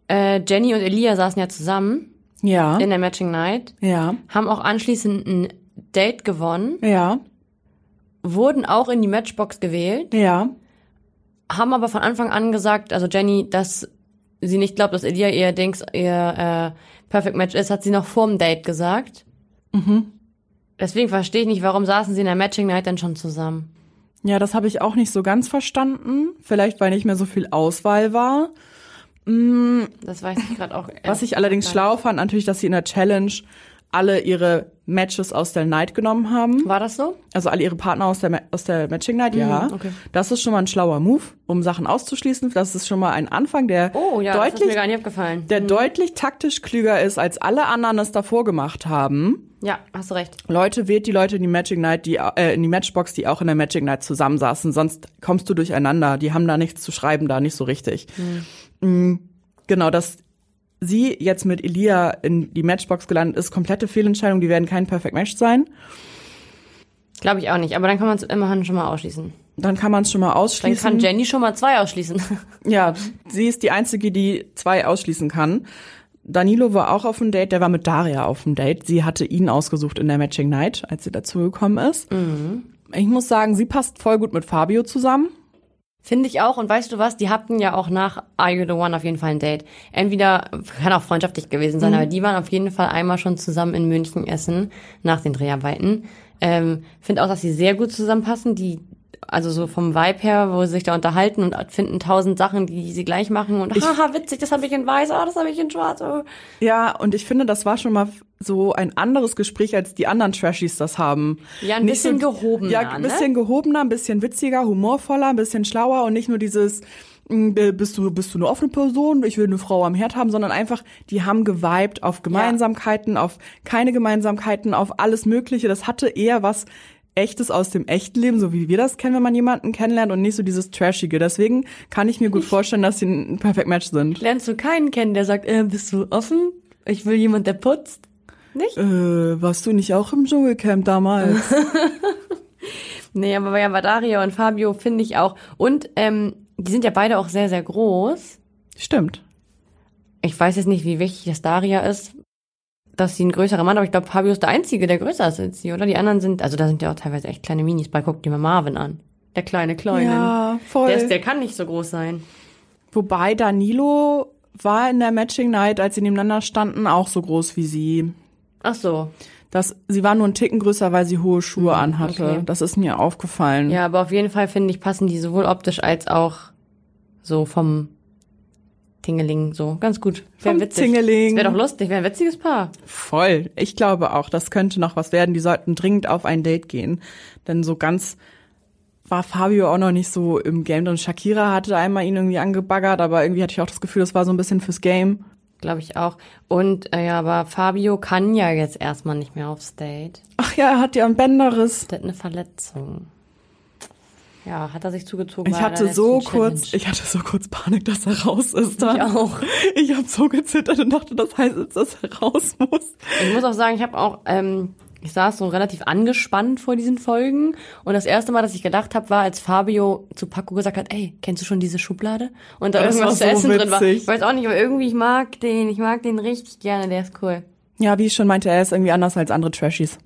äh, Jenny und Elia saßen ja zusammen
Ja,
in der Matching Night,
ja,
haben auch anschließend ein Date gewonnen,
ja,
wurden auch in die Matchbox gewählt,
ja.
haben aber von Anfang an gesagt, also Jenny, dass sie nicht glaubt, dass Elia ihr Dings, ihr äh, Perfect Match ist, hat sie noch vorm Date gesagt. Mhm. Deswegen verstehe ich nicht, warum saßen sie in der Matching Night dann schon zusammen.
Ja, das habe ich auch nicht so ganz verstanden. Vielleicht, weil nicht mehr so viel Auswahl war.
Das weiß ich gerade auch.
Was ich allerdings schlau fand, natürlich, dass sie in der Challenge alle ihre Matches aus der Night genommen haben.
War das so?
Also alle ihre Partner aus der, Ma- aus der Matching Night, ja.
okay.
Das ist schon mal ein schlauer Move, um Sachen auszuschließen. Das ist schon mal ein Anfang, der
Oh ja, das ist mir
deutlich,
gar nicht Mhm. aufgefallen.
der deutlich taktisch klüger ist, als alle anderen es davor gemacht haben.
Ja, hast du recht.
Leute, wählt die Leute in die Matching Night, die, äh, in die Matchbox, die auch in der Matching Night zusammensaßen. Sonst kommst du durcheinander. Die haben da nichts zu schreiben, da nicht so richtig.
Mhm.
Mm, Genau, dass sie jetzt mit Elia in die Matchbox gelandet ist, komplette Fehlentscheidung. Die werden kein Perfect Match sein.
Glaube ich auch nicht. Aber dann kann man es immerhin schon mal ausschließen.
Dann kann man es schon mal
Dann
ausschließen.
kann Jenny schon mal zwei ausschließen.
Ja, sie ist die Einzige, die zwei ausschließen kann. Danilo war auch auf dem Date, der war mit Daria auf dem Date. Sie hatte ihn ausgesucht in der Matching Night, als sie dazugekommen ist. Ich muss sagen, sie passt voll gut mit Fabio zusammen.
Finde ich auch. Und weißt du was? Die hatten ja auch nach Are You the One auf jeden Fall ein Date. Entweder, kann auch freundschaftlich gewesen sein, aber die waren auf jeden Fall einmal schon zusammen in München essen, nach den Dreharbeiten. Ähm, Finde auch, dass sie sehr gut zusammenpassen. Die, also so vom Vibe her, wo sie sich da unterhalten und finden tausend Sachen, die sie gleich machen. Und haha, witzig, das habe ich in weiß, oh, das habe ich in schwarz. Oh.
Ja, und ich finde, das war schon mal so ein anderes Gespräch, als die anderen Trashies das haben.
Ja, ein bisschen gehobener,
Ja, ein
ne?
bisschen gehobener, ein bisschen witziger, humorvoller, ein bisschen schlauer und nicht nur dieses, mm, äh, bist du, bist du eine offene Person, ich will eine Frau am Herd haben, sondern einfach, die haben geweibt auf Gemeinsamkeiten, auf keine Gemeinsamkeiten, auf alles Mögliche. Das hatte eher was Echtes aus dem echten Leben, so wie wir das kennen, wenn man jemanden kennenlernt und nicht so dieses Trashige. Deswegen kann ich mir gut vorstellen, dass sie ein Perfect Match sind.
Lernst du keinen kennen, der sagt, äh, bist du offen? Ich will jemand, der putzt. Nicht?
Äh, warst du nicht auch im Dschungelcamp damals?
Nee, aber bei Daria und Fabio finde ich auch. Und ähm, die sind ja beide auch sehr, sehr groß.
Stimmt.
Ich weiß jetzt nicht, wie wichtig das Daria ist, dass sie ein größerer Mann, aber ich glaube, Fabio ist der Einzige, der größer ist als sie, oder? Die anderen sind, also da sind ja auch teilweise echt kleine Minis bei. Guck dir mal Marvin an. Der kleine Kleine.
Ja, voll.
Der, ist, der kann nicht so groß sein.
Wobei Danilo war in der Matching Night, als sie nebeneinander standen, auch so groß wie sie.
Ach so.
Das, sie war nur einen Ticken größer, weil sie hohe Schuhe anhatte.
okay.
Das ist mir aufgefallen.
Ja, aber auf jeden Fall finde ich, passen die sowohl optisch als auch so vom Tingeling so ganz gut. Wär
Vom
witzig.
Tingeling.
Wäre doch lustig, wäre ein witziges Paar.
Voll. Ich glaube auch, das könnte noch was werden. Die sollten dringend auf ein Date gehen. Denn so ganz war Fabio auch noch nicht so im Game drin. Shakira hatte einmal ihn irgendwie angebaggert, aber irgendwie hatte ich auch das Gefühl, das war so ein bisschen fürs Game.
Glaube ich auch. Und äh, ja, aber Fabio kann ja jetzt erstmal nicht mehr aufs Date.
Ach ja, er hat ja ein Bänderriss.
Der hat eine Verletzung. Ja, hat er sich zugezogen.
Ich
bei der
hatte
letzten
so kurz,
Challenge.
ich hatte so kurz Panik, dass er raus ist. Dann.
Ich auch.
Ich habe so gezittert und dachte, das heißt jetzt, dass er raus muss.
Ich muss auch sagen, ich habe auch, ähm, ich saß so relativ angespannt vor diesen Folgen. Und das erste Mal, dass ich gedacht habe, war, als Fabio zu Paco gesagt hat, ey, kennst du schon diese Schublade? Und da
Das
irgendwas zu
war so
essen drin war.
witzig.
Ich weiß auch nicht, aber irgendwie, ich mag den, ich mag den richtig gerne, der ist cool.
Ja, wie ich schon meinte, er ist irgendwie anders als andere Trashies.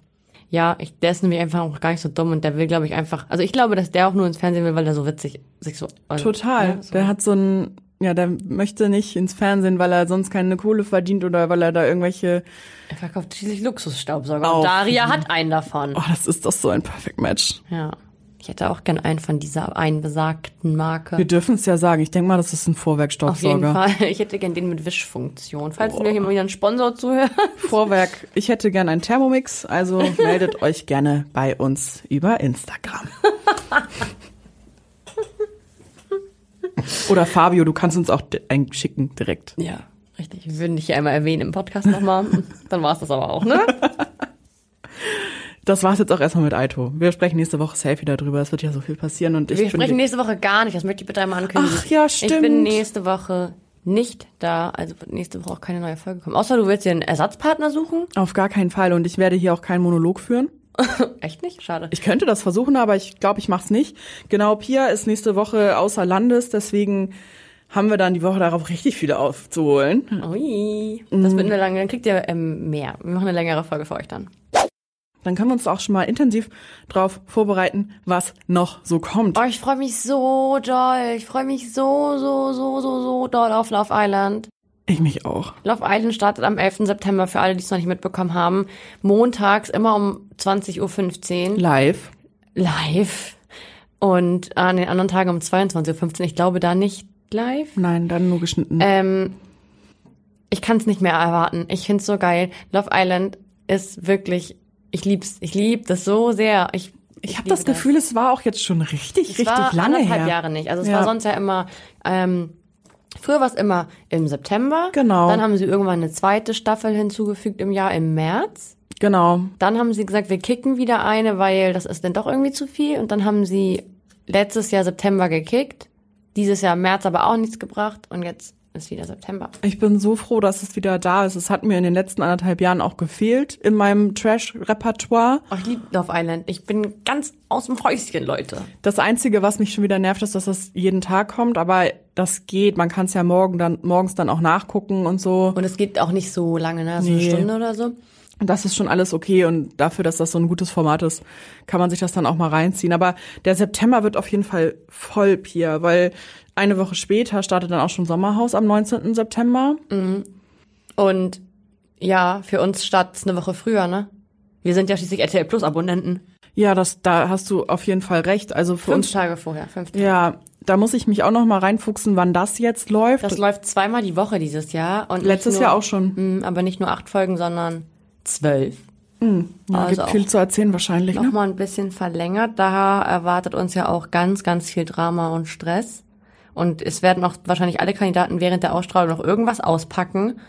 ja, ich, der ist nämlich einfach auch gar nicht so dumm und der will, glaube ich, einfach, also ich glaube, dass der auch nur ins Fernsehen will, weil er so witzig sich so. Also,
Total.
ne, so.
Der hat so ein, ja, der möchte nicht ins Fernsehen, weil er sonst keine Kohle verdient oder weil er da irgendwelche,
Er verkauft schließlich Luxusstaubsauger.
Auf.
Und Daria hat einen davon.
oh, das ist doch so ein Perfect Match.
Ja. Ich hätte auch gern einen von dieser einen besagten Marke.
Wir dürfen es ja sagen. Ich denke mal, das ist ein
Auf jeden
Vorwerkstaubsauger.
Fall. Ich hätte gern den mit Wischfunktion. Falls mir hier mal wieder ein Sponsor zuhört.
Vorwerk. Ich hätte gern einen Thermomix, also meldet euch gerne bei uns über Instagram. Oder Fabio, du kannst uns auch di- einen schicken direkt.
Ja, richtig. Wir würden dich hier einmal erwähnen im Podcast nochmal. Dann war's das aber auch, ne?
Das war's jetzt auch erstmal mit Aito. Wir sprechen nächste Woche safe wieder drüber. Es wird ja so viel passieren und ich
Wir
bin
sprechen nächste Woche gar nicht. Das möchte ich bitte einmal ankündigen.
Ach ja,
Ich
stimmt.
bin nächste Woche nicht da. Also wird nächste Woche auch keine neue Folge kommen. Außer du willst dir einen Ersatzpartner suchen.
auf gar keinen Fall und ich werde hier auch keinen Monolog führen.
Echt nicht? Schade.
Ich könnte das versuchen, aber ich glaube, ich mach's nicht. Genau, Pia ist nächste Woche außer Landes, deswegen haben wir dann die Woche darauf richtig viel aufzuholen.
Ui. Das wird eine lange, dann kriegt ihr ähm, mehr. Wir machen eine längere Folge für euch dann.
Dann können wir uns auch schon mal intensiv drauf vorbereiten, was noch so kommt.
Oh, ich freue mich so doll. Ich freue mich so, so, so, so, so doll auf Love Island.
Ich mich auch.
Love Island startet am 11. September für alle, die es noch nicht mitbekommen haben. Montags immer um 20.15 Uhr
Live.
live. Und an den anderen Tagen um 22.15 Uhr. Ich glaube da nicht live.
Nein, dann nur geschnitten.
Ähm, ich kann es nicht mehr erwarten. Ich find's so geil. Love Island ist wirklich, ich lieb's. Ich lieb das so sehr. Ich,
ich habe
liebe
das Gefühl, es war auch jetzt schon richtig,
es
richtig
war
lange
anderthalb
her.
Jahre nicht. Also es
Ja.
war sonst ja immer, ähm, früher war es immer im September.
Genau.
Dann haben sie irgendwann eine zweite Staffel hinzugefügt im Jahr im März.
Genau.
Dann haben sie gesagt, wir kicken wieder eine, weil das ist dann doch irgendwie zu viel. Und dann haben sie letztes Jahr September gekickt, dieses Jahr im März aber auch nichts gebracht und jetzt ist wieder September.
Ich bin so froh, dass es wieder da ist. Es hat mir in den letzten anderthalb Jahren auch gefehlt in meinem Trash-Repertoire.
Oh, ich liebe Love Island. Ich bin ganz aus dem Häuschen, Leute.
Das Einzige, was mich schon wieder nervt, ist, dass das jeden Tag kommt, aber das geht. Man kann es ja morgen dann, morgens dann auch nachgucken und so.
Und es geht auch nicht so lange, ne? So
Nee.
eine Stunde oder so.
Und das ist schon alles okay und dafür, dass das so ein gutes Format ist, kann man sich das dann auch mal reinziehen. Aber der September wird auf jeden Fall voll, Pia, weil eine Woche später startet dann auch schon Sommerhaus am 19. September.
Und ja, für uns startet's eine Woche früher, ne? Wir sind ja schließlich RTL Plus Abonnenten.
Ja, das, da hast du auf jeden Fall recht. Also für
Fünf
uns,
Tage vorher, fünf Tage.
ja, da muss ich mich auch noch mal reinfuchsen, wann das jetzt läuft.
Das läuft zweimal die Woche dieses Jahr. Und nicht
Letztes
nur,
Jahr auch schon.
Mm, aber nicht nur acht Folgen, sondern zwölf.
Ja,
also
gibt
auch
viel zu erzählen wahrscheinlich. Ne?
nochmal ein bisschen verlängert. Daher erwartet uns ja auch ganz, ganz viel Drama und Stress. Und es werden auch wahrscheinlich alle Kandidaten während der Ausstrahlung noch irgendwas auspacken.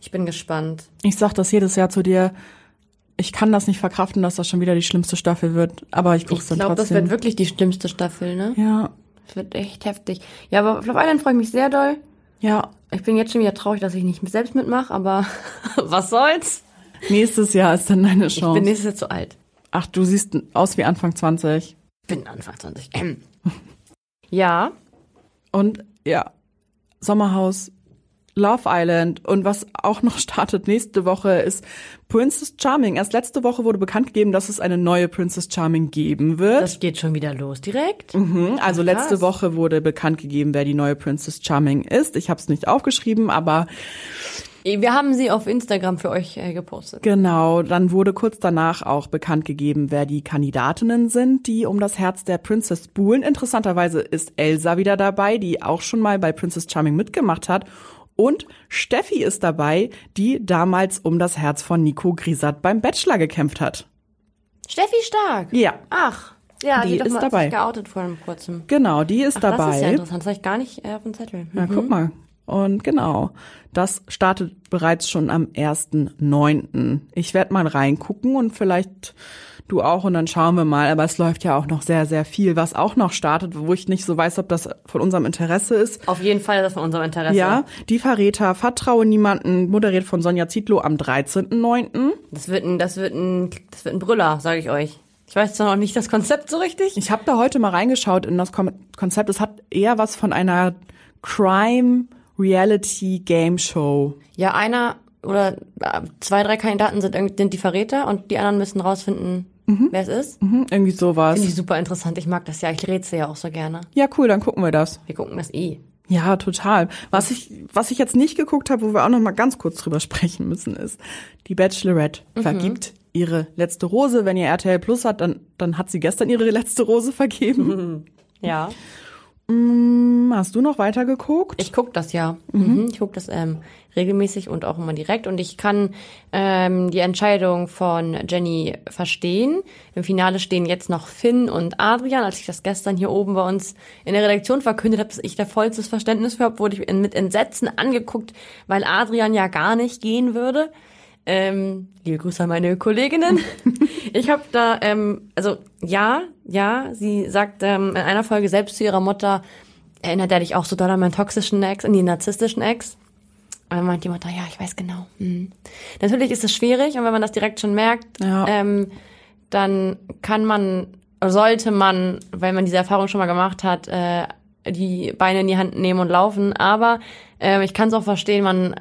Ich bin gespannt.
Ich sag das jedes Jahr zu dir. Ich kann das nicht verkraften, dass das schon wieder die schlimmste Staffel wird. Aber ich guck's
Ich
dann
glaube, das
trotzdem.
wird wirklich die schlimmste Staffel, ne?
ja,
Das wird echt heftig. Ja, aber auf Love Island freue ich mich sehr doll.
ja.
Ich bin jetzt schon wieder traurig, dass ich nicht selbst mitmache, aber was soll's?
Nächstes Jahr ist dann deine
Ich bin
Chance.
nächstes Jahr zu alt.
Ach, du siehst aus wie Anfang 20.
Bin Anfang 20. Ähm. Ja,
Und ja, Sommerhaus, Love Island und was auch noch startet nächste Woche ist Princess Charming. Erst letzte Woche wurde bekannt gegeben, dass es eine neue Princess Charming geben wird.
das geht schon wieder los direkt.
Mhm, Also letzte Woche wurde bekannt gegeben, wer die neue Princess Charming ist. Ich habe es nicht aufgeschrieben, aber
Wir haben sie auf Instagram für euch äh, gepostet.
Genau, dann wurde kurz danach auch bekannt gegeben, wer die Kandidatinnen sind, die um das Herz der Princess buhlen. Interessanterweise ist Elsa wieder dabei, die auch schon mal bei Princess Charming mitgemacht hat. Und Steffi ist dabei, die damals um das Herz von Nico Grisat beim Bachelor gekämpft hat.
Steffi Stark.
Ja,
Ach, ja,
Die
doch
ist
mal
dabei.
Sich geoutet vor einem kurzem.
genau, die ist dabei.
Das ist ja interessant, das habe ich gar nicht äh, auf dem Zettel.
Na, guck mal. Und genau, das startet bereits schon am 1.9. Ich werde mal reingucken und vielleicht du auch und dann schauen wir mal. Aber es läuft ja auch noch sehr, sehr viel, was auch noch startet, wo ich nicht so weiß, ob das von unserem Interesse ist.
Auf jeden Fall ist das von unserem Interesse.
Ja, die Verräter, Vertraue niemanden, moderiert von Sonja Zietlow am 13.9.
Das wird ein, das wird ein, das wird ein Brüller, sage ich euch. Ich weiß zwar noch nicht das Konzept so richtig.
Ich habe da heute mal reingeschaut in das Kom- Konzept. Es hat eher was von einer Crime Reality Game Show.
Ja, einer oder äh, zwei, drei Kandidaten sind, irgendwie- sind die Verräter und die anderen müssen rausfinden, wer es ist.
Mhm, irgendwie sowas.
Finde ich super interessant. Ich mag das ja. Ich rätsel ja auch so gerne.
Ja, cool, dann gucken wir das.
Wir gucken das eh.
Ja, total. Was ich, was ich jetzt nicht geguckt habe, wo wir auch noch mal ganz kurz drüber sprechen müssen, ist, die Bachelorette
Mhm.
vergibt ihre letzte Rose. Wenn ihr RTL Plus hat, dann, dann hat sie gestern ihre letzte Rose vergeben.
Ja.
Hm, Hast du noch weiter geguckt?
Mhm. Ich guck das ja. Mhm. Ich guck das ähm, regelmäßig und auch immer direkt. Und ich kann ähm, die Entscheidung von Jenny verstehen. Im Finale stehen jetzt noch Finn und Adrian. Als ich das gestern hier oben bei uns in der Redaktion verkündet habe, dass ich da vollstes Verständnis für habe, wurde ich in, mit Entsetzen angeguckt, weil Adrian ja gar nicht gehen würde. Ähm, liebe Grüße an meine Kolleginnen. Ich habe da, ähm, also ja, ja, sie sagt ähm, in einer Folge selbst zu ihrer Mutter, erinnert er dich auch so doll an meinen toxischen Ex, an die narzisstischen Ex? Und dann meint die Mutter, ja, ich weiß genau. Mhm. Natürlich ist es schwierig und wenn man das direkt schon merkt,
Ja.
ähm, dann kann man, sollte man, wenn man diese Erfahrung schon mal gemacht hat, äh, die Beine in die Hand nehmen und laufen. Aber ähm, ich kann es auch verstehen, man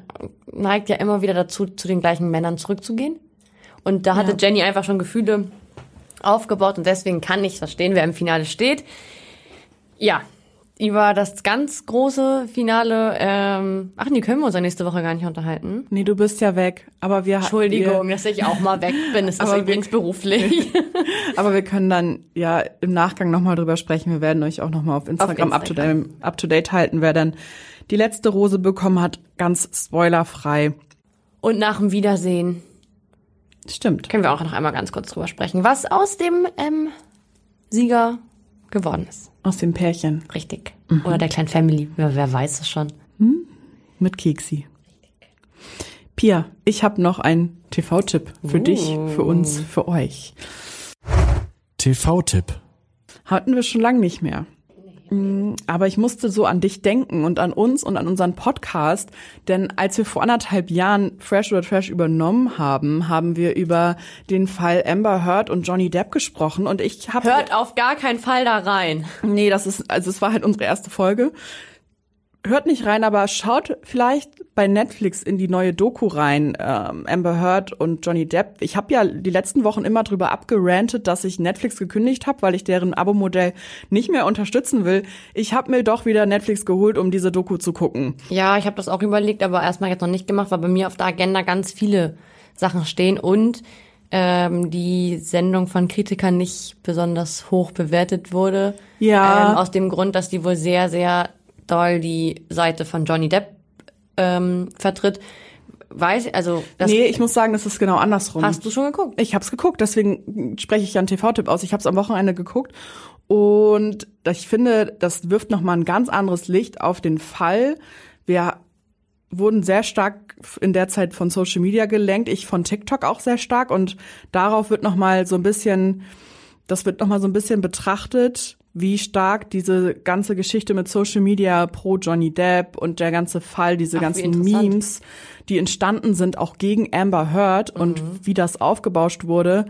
neigt ja immer wieder dazu, zu den gleichen Männern zurückzugehen. Und da hatte
Ja.
Jenny einfach schon Gefühle aufgebaut und deswegen kann ich verstehen, wer im Finale steht. Ja, über das ganz große Finale, ähm, ach, die können wir uns ja nächste Woche gar nicht unterhalten.
nee, du bist ja weg. Aber wir,
Entschuldigung, dass ich auch mal weg bin. Es ist
Aber wir-
übrigens beruflich.
Wir, aber wir können dann ja im Nachgang noch mal drüber sprechen. Wir werden euch auch noch mal auf Instagram,
Auf Instagram.
Up, to date, up to date halten, wer dann die letzte Rose bekommen hat. Ganz spoilerfrei.
Und nach dem Wiedersehen
Stimmt.
können wir auch noch einmal ganz kurz drüber sprechen, was aus dem ähm, Sieger geworden ist.
Aus dem Pärchen
Richtig. Oder der kleinen Family. Wer, wer weiß es schon.
mit Keksi. Pia, ich habe noch einen TV-Tipp für dich, für uns, für euch.
TV-Tipp.
Hatten wir schon lange nicht mehr. Mm, Aber ich musste so an dich denken und an uns und an unseren Podcast, denn als wir vor anderthalb Jahren Fresh oder Trash übernommen haben, haben wir über den Fall Amber Heard und Johnny Depp gesprochen und ich habe
Hört auf gar keinen Fall da rein.
Nee, das ist, also es war halt unsere erste Folge. Hört nicht rein, aber schaut vielleicht bei Netflix in die neue Doku rein, ähm, Amber Heard und Johnny Depp. Ich habe ja die letzten Wochen immer drüber abgerantet, dass ich Netflix gekündigt habe, weil ich deren Abo-Modell nicht mehr unterstützen will. Ich habe mir doch wieder Netflix geholt, um diese Doku zu gucken.
Ja, ich habe das auch überlegt, aber erstmal jetzt noch nicht gemacht, weil bei mir auf der Agenda ganz viele Sachen stehen und ähm, die Sendung von Kritikern nicht besonders hoch bewertet wurde.
Ja.
Ähm, aus dem Grund, dass die wohl sehr, sehr doll die Seite von Johnny Depp ähm, vertritt. Weiß, also das
nee, ich muss sagen, das ist genau andersrum.
hast du schon geguckt.
Ich habe es geguckt, deswegen spreche ich ja einen TV-Tipp aus. Ich habe es am Wochenende geguckt und ich finde, das wirft noch mal ein ganz anderes Licht auf den Fall. Wir wurden sehr stark in der Zeit von Social Media gelenkt, ich von TikTok auch sehr stark und darauf wird noch mal so ein bisschen das wird noch mal so ein bisschen betrachtet, wie stark diese ganze Geschichte mit Social Media pro Johnny Depp und der ganze Fall, diese
Ach, wie
ganzen
interessant.
Memes, die entstanden sind, auch gegen Amber Heard
Mhm.
und wie das aufgebauscht wurde.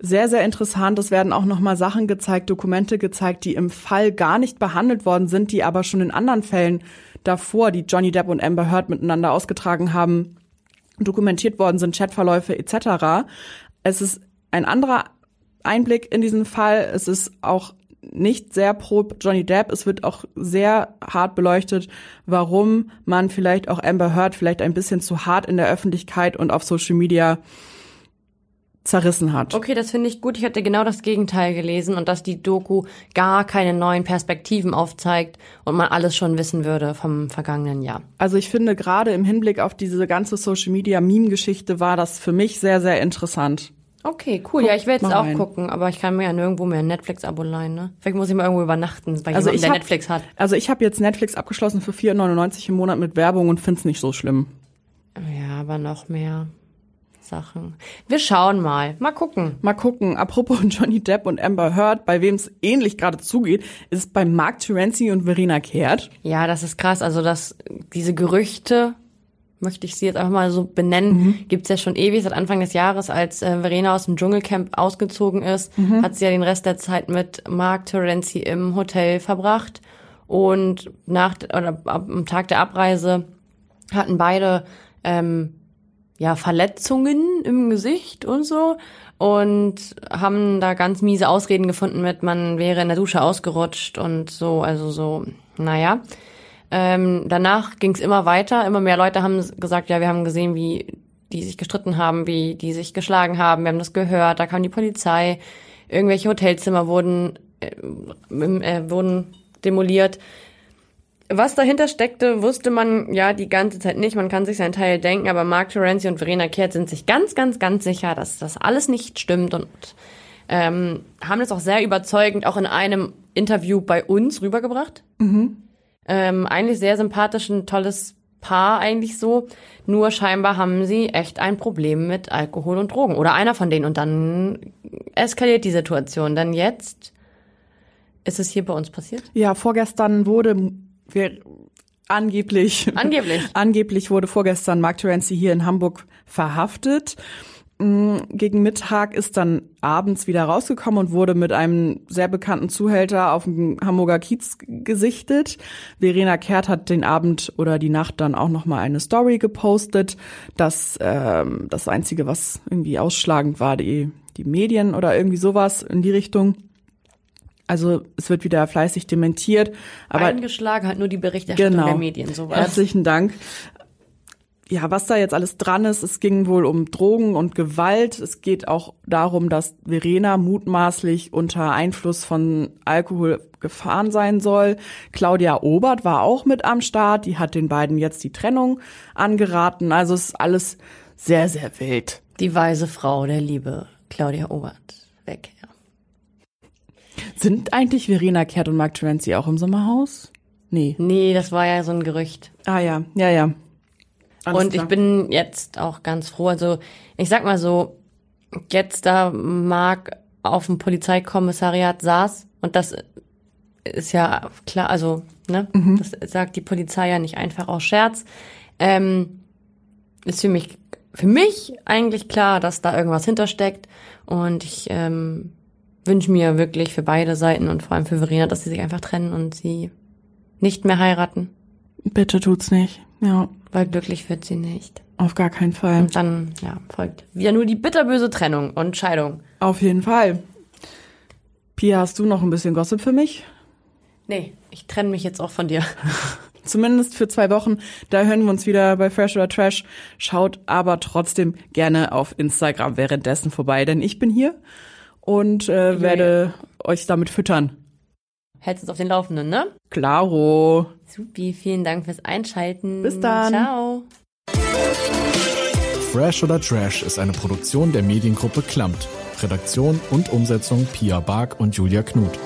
Sehr, sehr interessant. Es werden auch nochmal Sachen gezeigt, Dokumente gezeigt, die im Fall gar nicht behandelt worden sind, die aber schon in anderen Fällen davor, die Johnny Depp und Amber Heard miteinander ausgetragen haben, dokumentiert worden sind, Chatverläufe etc. Es ist ein anderer Einblick in diesen Fall. Es ist auch nicht sehr pro Johnny Depp. Es wird auch sehr hart beleuchtet, warum man vielleicht auch Amber Heard vielleicht ein bisschen zu hart in der Öffentlichkeit und auf Social Media zerrissen hat.
Okay, das finde ich gut. Ich hatte genau das Gegenteil gelesen und dass die Doku gar keine neuen Perspektiven aufzeigt und man alles schon wissen würde vom vergangenen Jahr.
Also ich finde gerade im Hinblick auf diese ganze Social Media Meme Geschichte war das für mich sehr sehr interessant.
Okay, cool. Ja, ich will jetzt
mal
auch
rein.
gucken, aber ich kann mir ja nirgendwo mehr ein Netflix-Abo leihen, ne? Vielleicht muss ich mal irgendwo übernachten, weil also jemand, der
hab-
Netflix hat.
Also ich habe jetzt Netflix abgeschlossen für 4,99 im Monat mit Werbung und finde es nicht so schlimm.
Ja, aber noch mehr Sachen. Wir schauen mal. Mal gucken.
Mal gucken, apropos Johnny Depp und Amber Heard, bei wem es ähnlich gerade zugeht, ist bei Mark Terenzi und Verena Kehrt.
Ja, das ist krass. Also, dass diese Gerüchte, möchte ich sie jetzt einfach mal so benennen, gibt's ja schon ewig. Seit Anfang des Jahres, als äh, Verena aus dem Dschungelcamp ausgezogen ist, hat sie ja den Rest der Zeit mit Mark Terenzi im Hotel verbracht. Und nach, oder ab, am Tag der Abreise hatten beide ähm, ja, Verletzungen im Gesicht und so und haben da ganz miese Ausreden gefunden mit, man wäre in der Dusche ausgerutscht und so, also so, naja. Ähm, danach ging es immer weiter, immer mehr Leute haben gesagt, ja, wir haben gesehen, wie die sich gestritten haben, wie die sich geschlagen haben, wir haben das gehört, da kam die Polizei, irgendwelche Hotelzimmer wurden, äh, äh, wurden demoliert. Was dahinter steckte, wusste man ja die ganze Zeit nicht. Man kann sich seinen Teil denken, aber Mark Terenzi und Verena Kehrt sind sich ganz, ganz, ganz sicher, dass das alles nicht stimmt und ähm, haben das auch sehr überzeugend auch in einem Interview bei uns rübergebracht.
Mhm.
Ähm, eigentlich sehr sympathisch, ein tolles Paar eigentlich so. Nur scheinbar haben sie echt ein Problem mit Alkohol und Drogen oder einer von denen und dann eskaliert die Situation. Denn jetzt ist es hier bei uns passiert.
Ja, vorgestern wurde wir, angeblich
Angeblich.
angeblich wurde vorgestern Mark Terenzi hier in Hamburg verhaftet. Mm, Gegen Mittag ist dann abends wieder rausgekommen und wurde mit einem sehr bekannten Zuhälter auf dem Hamburger Kiez gesichtet. Verena Kehrt hat den Abend oder die Nacht dann auch nochmal eine Story gepostet. Das, ähm, das Einzige, was irgendwie ausschlagend war, die, die Medien oder irgendwie sowas in die Richtung. Also es wird wieder fleißig dementiert. Aber
Eingeschlagen hat nur die Berichterstattung
Genau.
der Medien, sowas.
Herzlichen Dank. Ja, was da jetzt alles dran ist, es ging wohl um Drogen und Gewalt. Es geht auch darum, dass Verena mutmaßlich unter Einfluss von Alkohol gefahren sein soll. Claudia Obert war auch mit am Start. Die hat den beiden jetzt die Trennung angeraten. Also es ist alles sehr, sehr wild.
Die weise Frau der Liebe, Claudia Obert. Weg. Ja.
Sind eigentlich Verena Kehrt und Mark Terenzi auch im Sommerhaus? Nee.
Nee, das war ja so ein Gerücht.
Ah ja, ja, ja. Alles
und
klar.
ich bin jetzt auch ganz froh. Also ich sag mal so, jetzt da Marc auf dem Polizeikommissariat saß und das ist ja klar, also ne,
Mhm.
das sagt die Polizei ja nicht einfach aus Scherz. Ähm, ist für mich für mich eigentlich klar, dass da irgendwas hintersteckt und ich ähm, wünsche mir wirklich für beide Seiten und vor allem für Verena, dass sie sich einfach trennen und sie nicht mehr heiraten,
Bitte tut's nicht. Ja,
weil glücklich wird sie nicht.
auf gar keinen Fall.
Und dann, ja, folgt wieder nur die bitterböse Trennung und Scheidung.
Auf jeden Fall. Pia, hast du noch ein bisschen Gossip für mich?
Nee, ich trenne mich jetzt auch von dir.
Zumindest für zwei Wochen. Da hören wir uns wieder bei Fresh oder Trash. Schaut aber trotzdem gerne auf Instagram währenddessen vorbei, denn ich bin hier und äh, werde euch damit füttern.
Hältst uns auf den Laufenden, ne?
Claro.
Supi, vielen Dank fürs Einschalten.
Bis dann.
Ciao.
Fresh oder Trash ist eine Produktion der Mediengruppe Klammt. Redaktion und Umsetzung Pia Bark und Julia Knuth.